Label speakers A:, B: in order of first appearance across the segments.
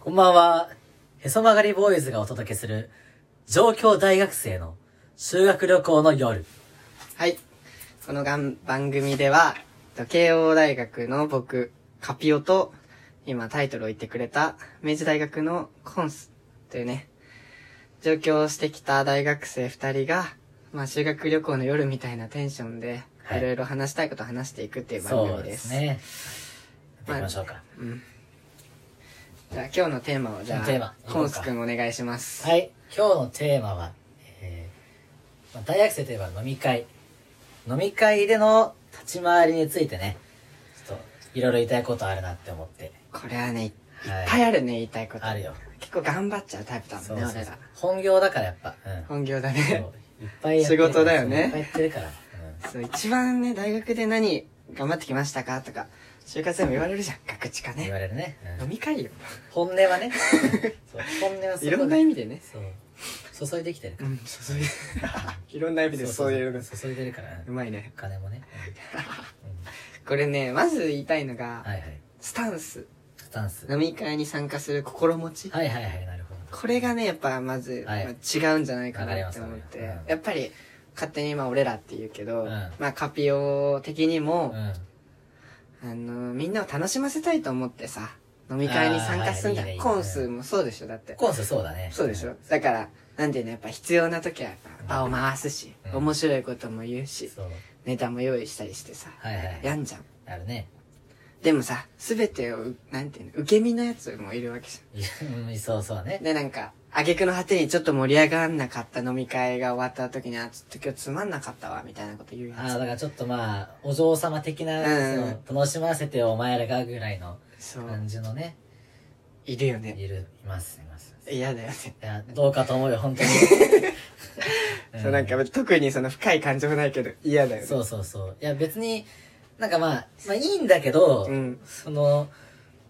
A: こんばんは。へそ曲がりボーイズがお届けする、上京大学生の修学旅行の夜。
B: はい。このがん番組では、えっと慶応大学の僕、カピオと、今タイトルを言ってくれた、明治大学のコンスというね、上京してきた大学生二人が、まあ修学旅行の夜みたいなテンションで、
A: はい
B: いろいろ話したいことを話していくっていう番
A: そう
B: 組
A: で
B: です。
A: すね。やってい
B: まあ
A: きましょうか。
B: うん。じゃあ今日のテーマをじゃ
A: 今日のテーマ
B: あ、コンスくんお願いします。
A: はい。今日のテーマは、えーまあ、大学生といえば飲み会。飲み会での立ち回りについてね、ちょっといろいろ言いたいことあるなって思って。
B: これはね、いっ
A: はい
B: ぱいあるね、言いたいこと。
A: あるよ。
B: 結構頑張っちゃうタイプだもんね、俺ら。
A: 本業だからやっぱ。うん。
B: 本業だ
A: そう
B: ね。
A: いっぱいやってる
B: 仕事だよね
A: いっぱいやってるから。うん
B: そう、一番ね、大学で何頑張ってきましたかとか、就活でも言われるじゃん。学知か
A: 言わ
B: ね。
A: れるね。うん
B: 飲み会よ。
A: 本音はねそう本音はそこで
B: いろんな意味でね。
A: そう注いできてるか
B: うん、そういう。いろんな意
A: ら
B: 味でそういうの。
A: 注いでるから
B: う
A: お
B: まいね。
A: 金もね、
B: これね、まず言いたいの
A: うん
B: が、
A: はいはい
B: スタンス。
A: スタンスは
B: 飲み会に参加する心持ち。
A: いはいはいなるほど
B: これがね、やっぱまず、
A: はい
B: まあ違うんじゃないか
A: わかり
B: な
A: ま
B: っ
A: す
B: て思って。
A: わかります
B: やっぱり、勝手に今俺らって言うけど、
A: うん
B: まあカピオ的に
A: う
B: も、
A: ん
B: あの、みんなを楽しませたいと思ってさ、飲み会に参加すん
A: あー
B: だ
A: はいいい
B: よ。
A: ね
B: コンスもそうでしょ、だって。
A: コンスそうだね
B: そうでしょだから、なんていうの、やっぱ必要な時はやっぱ場を回すし、
A: うん
B: 面白いことも言うし、
A: そう
B: ネタも用意したりしてさ、
A: はいはい
B: やんじゃん。
A: あるね
B: でもさ、すべてを、うなんていうの、受け身のやつもいるわけじ
A: いやうんそうそう
B: ゃん。
A: ね
B: で、なんか、挙句の果てにちょっと盛り上がんなかった飲み会が終わった時に、あ、ちょっと今日つまんなかったわ、みたいなこと言う
A: ああだ
B: や
A: からちょっとまあお嬢様的な、
B: うん
A: その楽しませてよお前らがぐらいの
B: つ。そう
A: 感、じのね
B: いるよね。
A: いるいますいます
B: 嫌だよね。
A: いやどうかと思うよ本当に、う
B: そう、なんか特にその深い感情もないけど、嫌だよね。
A: そうそうそう。いや別に、なんかまあ、まあいいんだけど、
B: うん。
A: その、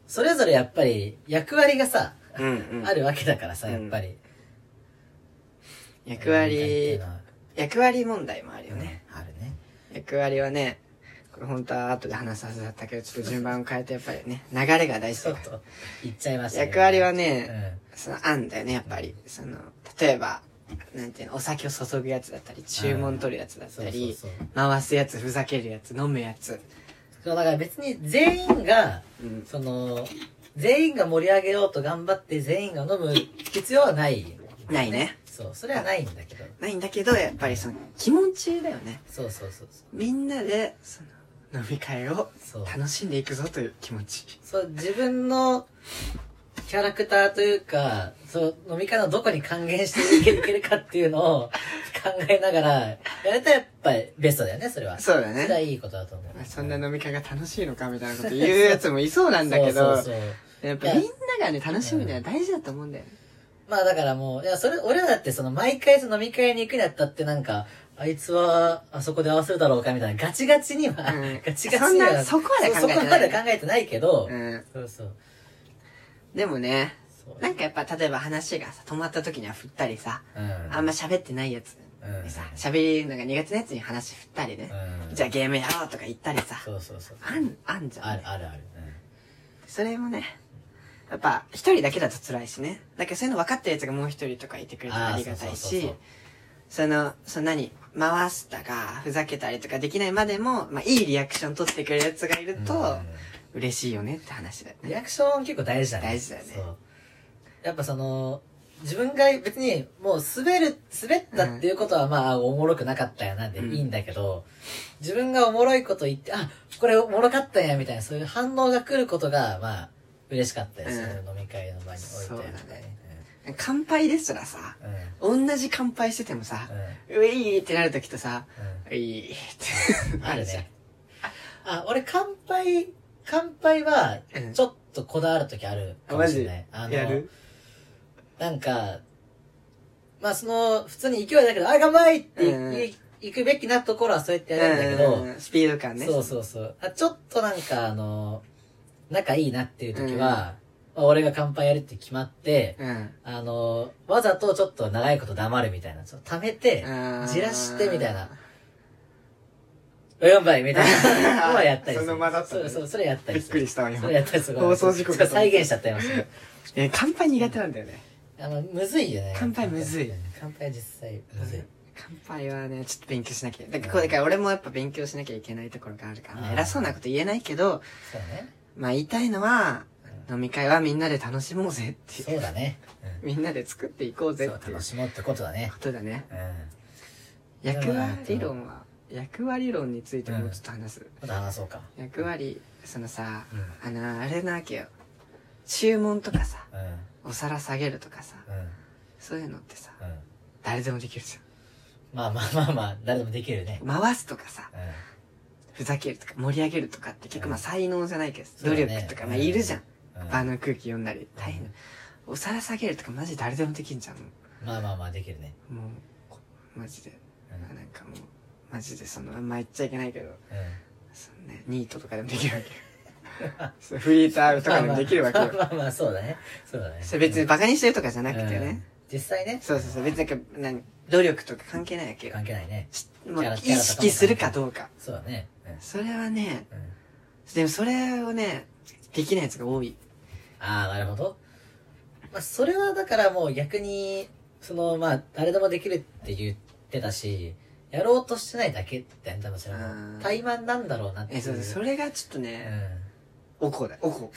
A: それぞれやっぱり役割がさ、
B: うんうん。
A: あるわけだからさ、
B: うん
A: やっぱり。
B: 役割
A: うん、
B: 役割問題もあるよね。
A: あるね。
B: 役割はね、これ本当は後で話すはずだったけど、ちょっと順番を変えてやっぱりね、流れが大事
A: ちょ
B: だ
A: っ
B: か
A: と、言っちゃいました
B: ら。
A: ね
B: 役割は
A: うん。
B: ね、その案だよね、やっぱり。その、例えば、なんていうの、お酒を注ぐやつだったり、注文取るやつだっ
A: そ
B: た
A: うそう
B: り、
A: そう。
B: 回すやつ、ふざけるやつ、飲むやつ。
A: そうだから別に全員が、
B: うん。
A: その、全員が盛り上げようと頑張って全員が飲む必要はない。
B: ないね。
A: そう、それはないんだけど。
B: ないんだけど、やっぱりその、気持ちだよね。
A: そうそうそうそう。
B: みんなで、その、飲み会を
A: そう
B: 楽しんでいくぞという気持ち。
A: そう、自分のキャラクターというか、そう、飲み会のどこに還元していけるいけるかっていうのを 考えながら、やれたらやっぱりベストだよね、それは。
B: そうだ
A: それは
B: ね。
A: いいことだと思う。
B: そんな飲み会が楽しいのかみたいなこと言うやつもいそうなんだけど。
A: そうそうそう。
B: やっぱみんながね、楽しむのは大事だと思うんだよね。
A: まあだからもう、いや、それ、俺らだってその、毎回その飲み会に行くにあったってなんか、あいつは、あそこで合わせるだろうかみたいな、ガチガチには、
B: うん
A: ガチガチには、
B: そんなそこまで考えてない
A: そうそこまで考えてないけど、
B: うん。
A: そうそう。
B: でもね、
A: そう
B: なんかやっぱ例えば話がさ、止まった時には振ったりさ、
A: うん。
B: あんま喋ってないやつ
A: うん、
B: にさ、喋るのが苦手なやつに話振ったりね。
A: うん。
B: じゃあゲームやろうとか言ったりさ、
A: そうそうそう。
B: あん、あんじゃ
A: あ
B: ん
A: る。あるある。
B: それもね、やっぱ一人だけだと辛いしね。だけどそういうの分かってるやつがもう一人とかいてくれたらありがたい
A: あーそうそうそう
B: し
A: そう、
B: その、その何、回したか、ふざけたりとかできないまでも、まあいいリアクション取ってくれるやつがいる
A: うん。
B: と
A: う、ん
B: 嬉しいよねって話だよね。
A: リアクション結構大事だね。
B: 大事だよね
A: そう。やっぱその、自分が別にもう滑る、滑ったっていうことはまあおもろくなかったやなんで
B: うん
A: いいんだけど、自分がおもろいこと言って、あ、これおもろかったんやみたいなそういう反応が来ることがまあ嬉しかったりする、
B: う
A: 飲み会の場において。
B: そうだね乾杯ですらさ、
A: うん。うん。うん。
B: 同じ乾杯しててもさ、ういーってなるときとさ、ういーって。
A: ある
B: じゃん
A: ね。。あ、俺乾杯、乾杯は
B: うん
A: ちょっとこだわるときある
B: あ
A: かも
B: マ
A: し
B: ジ
A: れない。あの
B: やる
A: なんか、まあその、普通に勢いだけど、あ、頑張れってい
B: うん
A: い行くべきなところはそうやってやるんだけど、
B: うんスピード感ね。
A: そうそうそう。あ、ちょっとなんかあの、仲いいなっていう時は、まあ俺が乾杯やるって決まって、
B: うん。うん。
A: あの、わざとちょっと長いこと黙るみたいな、ちょっと溜めて、じらしてみたいな。 4倍みたい なのはやったりする。
B: その間だった
A: そうそう、それやったり
B: びっ
A: す
B: く
A: る
B: り。したわ、今
A: そ。れやったりする。
B: 放送事故
A: しかも再現しちゃったりもする。
B: え、乾杯苦手なんだよね。
A: あの、むずいよね。
B: 乾杯むずい。
A: 乾杯実際むずい。
B: 乾杯はね、ちょっと勉強しなきゃ。だから、こうだから俺もやっぱ勉強しなきゃいけないところがあるからね、
A: あー
B: 偉そうなこと言えないけど、
A: そうね。
B: まあ言いたいのは、飲み会はみんなで楽しもうぜって
A: そ
B: いう。
A: うだね。
B: みんなで作っていこう
A: そ
B: ぜ
A: う
B: っ、ていう
A: 楽
B: こ
A: しもうってことだね。
B: とだね。
A: うん。でも
B: 役割論は、役割論についてもうちょっと話す。
A: また話そうか。
B: 役割、そのさ、
A: うん。うん。
B: あの、あれなわけよ。注文とかさ、
A: うん。
B: お皿下げるとかさ、そういうのってさ、
A: うん。
B: 誰でもできるじ
A: まあまあまあまあ、誰でもできるよね
B: ゃ。ん。回すとかさ、
A: うん。
B: ふざけるとか盛り上げるとかって結構まあ才能じゃないけど、
A: そうだ
B: 努
A: ね
B: 力とか、まあいるじゃん。
A: うん
B: 場の空気読んだり、大変。お皿下げるとかマジ誰でもできんじゃん。も
A: まあまあまあ、できるね。
B: う、もうこマジで。
A: うん。うん。
B: なんかもう、マジでその、まあ言っちゃいけないけど、そのね、ニートとかでもできるわけよ。 そうフリーターとかでもできるわけよ。
A: まあまあまあまあ、そうだね。そうだね。
B: それ別にバカにしてるとかじゃなくて
A: う
B: ね
A: ん。。実際ね。
B: そうそうそう、別になんか、何、努力とか関係ないわけよ。
A: 関係ないね。
B: しも
A: キ
B: う
A: ャラ
B: 意
A: キャラとかも
B: 識するかどうか。
A: そうだね。うん。
B: それはね、
A: うん
B: でもそれをね、できないやつが多い。
A: ああ、なるほど。まあ、それはだからもう逆に、その、まあ、誰でもできるって言ってたし、やろうとしてないだけって、多分それ
B: あ
A: も
B: ー
A: 怠慢なんだろうなっていう。
B: え、そうそう、それがちょっと
A: う
B: ね、
A: ん。
B: おこだ、おこ。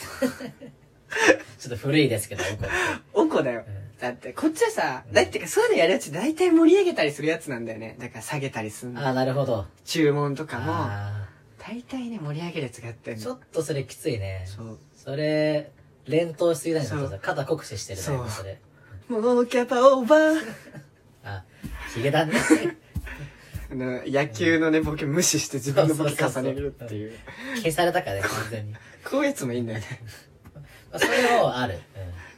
A: ちょっと古いですけど、僕は
B: おこだよ。
A: うん
B: だって、こっちはさ
A: う、ん
B: だってか、そういうのやるやつ大体盛り上げたりするやつなんだよね。だから下げたりすん
A: あ
B: の。
A: あ、なるほど。
B: 注文とかも、
A: あ
B: 大体ね、盛り上げるやつがあって
A: あ、
B: ん
A: ちょ
B: の。
A: っとそれきついね。
B: そう。
A: それ、連投しすぎないの
B: そう
A: ちょっと肩酷使してるね、
B: そう
A: それ。
B: もう、キャパオーバー。
A: あ、ヒゲだね。
B: あの、野球のね、ボケ無視して自分のボケ重ねるっていう。
A: 消されたからね、完全に。ま
B: こういうやつもいいんだよね。
A: あ、それもある。うん。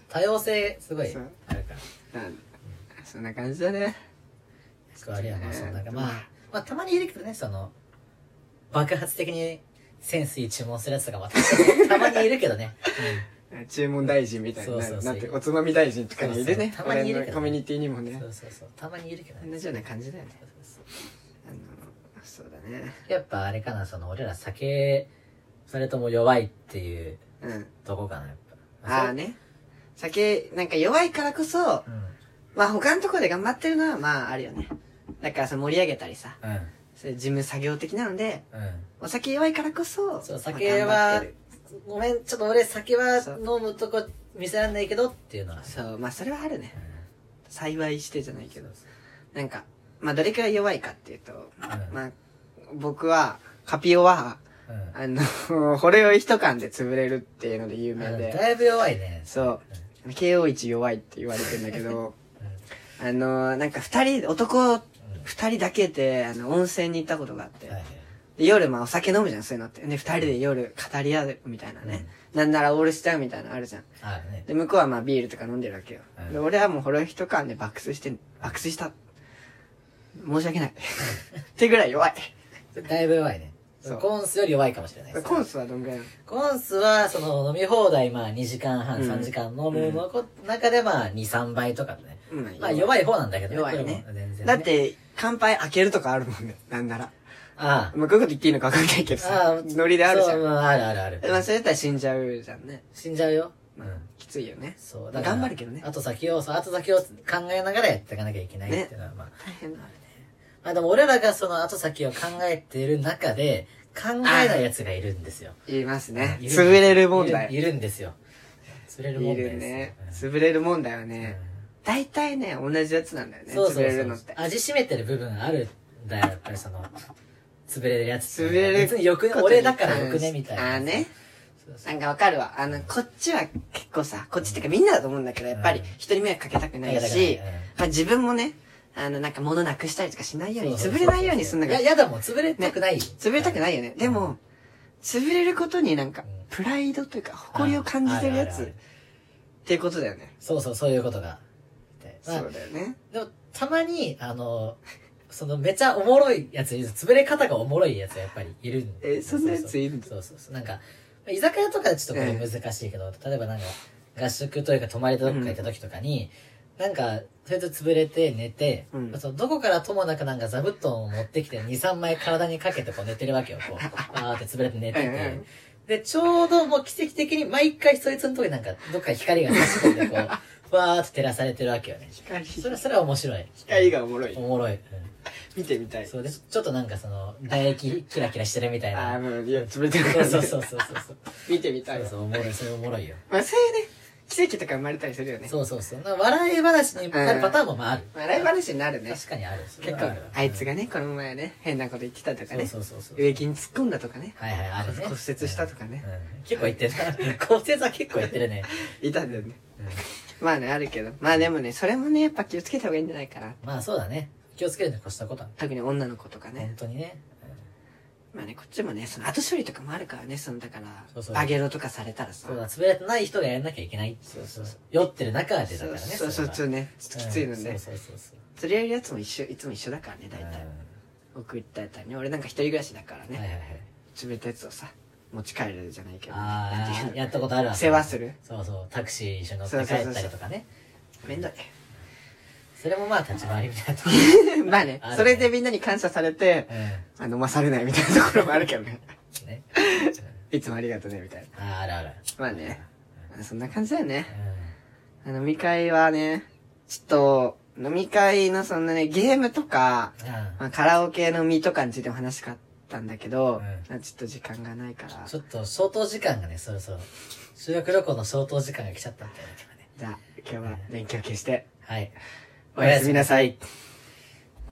A: 多様性、すごい、
B: そう
A: あるから。
B: なんそんな感じだね。
A: あれはまあそんな
B: ね
A: かまあ、まあたまにいるけどね、その、爆発的にセンスいい注文するやつとかまた、たまにいるけど ね。
B: 注文大臣みたいにな
A: そうそうそ
B: な
A: う
B: って、おつまみ大臣とかにいるね。
A: そうそうたまにいるけどね
B: 俺のコミュニティにも
A: うん
B: ね
A: そ。うそうそう。たまにいるけどね。
B: 同じような感じだよね。
A: そうそう
B: あの、そうだね。
A: そうやっぱあれかな、その、俺ら酒、それとも弱いっていう
B: うん。
A: とこかな、やっぱ。
B: ああね。酒、なんか弱いからこそ
A: そ、う。
B: まあ他のところで頑張ってるのはまああるよね。だからさ、盛り上げたりさ、
A: うん。
B: そういう事務作業的なので、
A: うん。うん。
B: お酒弱いからこそ、
A: そう
B: まあ
A: 酒は
B: 頑張ってる
A: ごめん、ちょっと俺酒は
B: そう
A: 飲むとこ見せらんないけどっていうのは。
B: そう、まあそれはあるね
A: う。ん
B: 幸いしてじゃないけど。なんか、まあどれくらい弱いかっていうと、
A: うん
B: まあ、僕は、カピオは、
A: うん
B: あの、 ほろ酔い一缶で潰れるっていうので有名
A: うん
B: で、
A: だいぶ弱いね。
B: そう、KO1 弱いって言われてんだけど、
A: う
B: あの、なんか二人、男
A: ん。うん
B: 二人だけで、あの、温泉に行ったことがあって、
A: はいはい
B: で夜まあお酒飲むじゃん、そういうのって。で、二人で夜語り合うみたいなね。なんならオールしちゃうみたいなのあるじゃん。
A: あるね。
B: で、向こうはまあビールとか飲んでるわけよ。
A: うん
B: で、俺はもうほろ酔い一缶で爆睡してん、爆睡した。申し訳ない。ってぐらい弱 い。
A: だいぶ弱いね
B: そう。
A: コンスより弱いかもしれないです。
B: コンスはどんぐらいなの
A: コンスは、その、飲み放題、まあ、2時間半、
B: うん
A: 3時間飲むのこ中で、まあ、2、3倍とかね。
B: うん
A: まあ、弱い方なんだけど
B: 弱いね
A: これも全然。
B: だっ、て、乾杯開けるとかあるもんね。なんなら。
A: あ
B: まあ、こういうこと言っていいのかわかんないけど
A: あ、ああ
B: さ、ノリであるじゃ。
A: そうんまあ、あるあるある。
B: まあ、それだったら死んじゃうじゃんね。
A: 死んじゃうよ。う
B: まあ
A: ん。、
B: きついよね。
A: そう、
B: 頑張るけどね
A: あと先を、そう、あと先を考えながらやっていかなきゃいけないっていうのは、まあ。
B: 大変だ。
A: まあ、でも俺らがその後先を考えている中で、考えない奴がいるんですよ。
B: 言いますね。
A: いる
B: 潰れる問
A: いる
B: 題。
A: いるんですよ。潰れ
B: い
A: る問題です
B: る
A: よ。
B: ね
A: う。ん
B: 潰れる問題はね、大体ね、同じやつなんだよね。
A: そうそうそう
B: 潰れるのって。
A: 味しめてる部分あるんだよやっぱりその潰れるやつって
B: 潰れる。
A: 別によくね俺だからよくねみたいな
B: ああーね。
A: そうそ
B: な
A: うん
B: かわかるわ。あの、こっちは結構さ、こっちってかみんなだと思うんだけど、やっぱり
A: うん
B: 人に迷惑かけたくない
A: だから
B: し、
A: ね
B: まあ自分もね、あの、なんか物なくしたりとかしないように、
A: そうそう
B: 潰れないようにすんのが
A: いや、やだもん、潰れたくないよ。
B: 潰れたくないよね。でも、潰れることになんか
A: うん、
B: プライドというか、誇りを感じてるや
A: あ
B: つ
A: ああ
B: っ
A: あ
B: ていうことだよね。
A: そうそう、そういうことが。ま
B: そ
A: あ
B: う、だよね。
A: でも、たまに、あの、そのめちゃおもろいやついる、潰れ方がおもろいやつやっぱりいるんで。
B: えそんなやついるの
A: そうそうそう。なんか、居酒屋とかはちょっとこれ難しいけど、例えばなんか、合宿というか泊まりとか行った時とかに、なんか、それと潰れて寝て、
B: うん
A: そのどこからともなくなんか座布団を持ってきて、2、3枚体にかけてこう寝てるわけよ、こう。 あーって潰れて寝て
B: うんうん
A: て。で、ちょうどもう奇跡的に毎回そいつのとこになんか、どっか光が差し込んでこ う、わーって照らされてるわけよね。
B: 光
A: それ、それは面白い。
B: 光がおもろい
A: おもろい。うん
B: 見てみたい
A: そうで、ちょっとなんかその、唾液キラキラしてるみたい
B: あ
A: な。
B: あもういや潰れてる
A: そうそうそう そうそう。
B: 見てみた
A: そ
B: いうわ
A: そう、おもろい。それおもろいよ。
B: まあそれね奇跡とか生まれたりするよね
A: そうそうそう。な笑い話になるパターンもまあある。
B: 笑い話になるね
A: 確かにある。それ
B: 結
A: は
B: 構
A: る
B: あいつがねこの前ね変なこと言ってたとかね
A: そうそうそうそう。
B: 植木に突っ込んだとかね
A: はいはい、あるね。
B: 骨折したとかね
A: うん。結構言ってる な。骨折は結構言ってるね。
B: いたんだよね
A: うん
B: まあねあるけどまあでもねそれもねやっぱ気をつけた方がいいんじゃないかな
A: まあそうだね。気をつけるに越したことは。
B: 特に女の子とかね
A: 本当にね。
B: まあねこっちもねその後処理とかもあるからねそのだから
A: そうそう
B: バゲロとかされたらさ
A: そうだ、潰れてない人がやらなきゃいけない。そうそうそう。酔ってる中でだからね。
B: そうそう
A: れは
B: そうねちょっときついの
A: うん
B: ね
A: そうそうそう
B: それやるやつも一緒いつも一緒だからね
A: そう。
B: 大体
A: う
B: 送ったやつに俺なんか一人暮らしだから
A: んはい
B: ね
A: はいはい。
B: 潰れたやつをさ持ち帰るじゃないけど
A: あ
B: なんていう
A: あ、
B: の
A: やったことあるわ。
B: 世話する
A: そうそう。タクシー一緒に乗って帰ったりとかね。
B: めんどい
A: それもまあ立ち回りみたいなとこ。
B: まあね
A: あるね
B: それでみんなに感謝されて
A: う
B: あ飲まされないみたいなところもあるけどね
A: ん。ね。
B: いつもありがとうねみたいな
A: ああ、あるある。
B: まあねまあそんな感じだよね
A: う
B: あ飲み会はねちょっと飲み会のそんなねゲームとか
A: ん。あ
B: まあ、カラオケの身とかについても話したかったんだけど、
A: う
B: まあちょっと時間がないから
A: あ。ちょっと消灯時間がね、そろそろ。修学旅行の消灯時間が来ちゃったみたいなね。
B: じゃあ今日は勉強消して
A: はい。
B: おやすみなさい。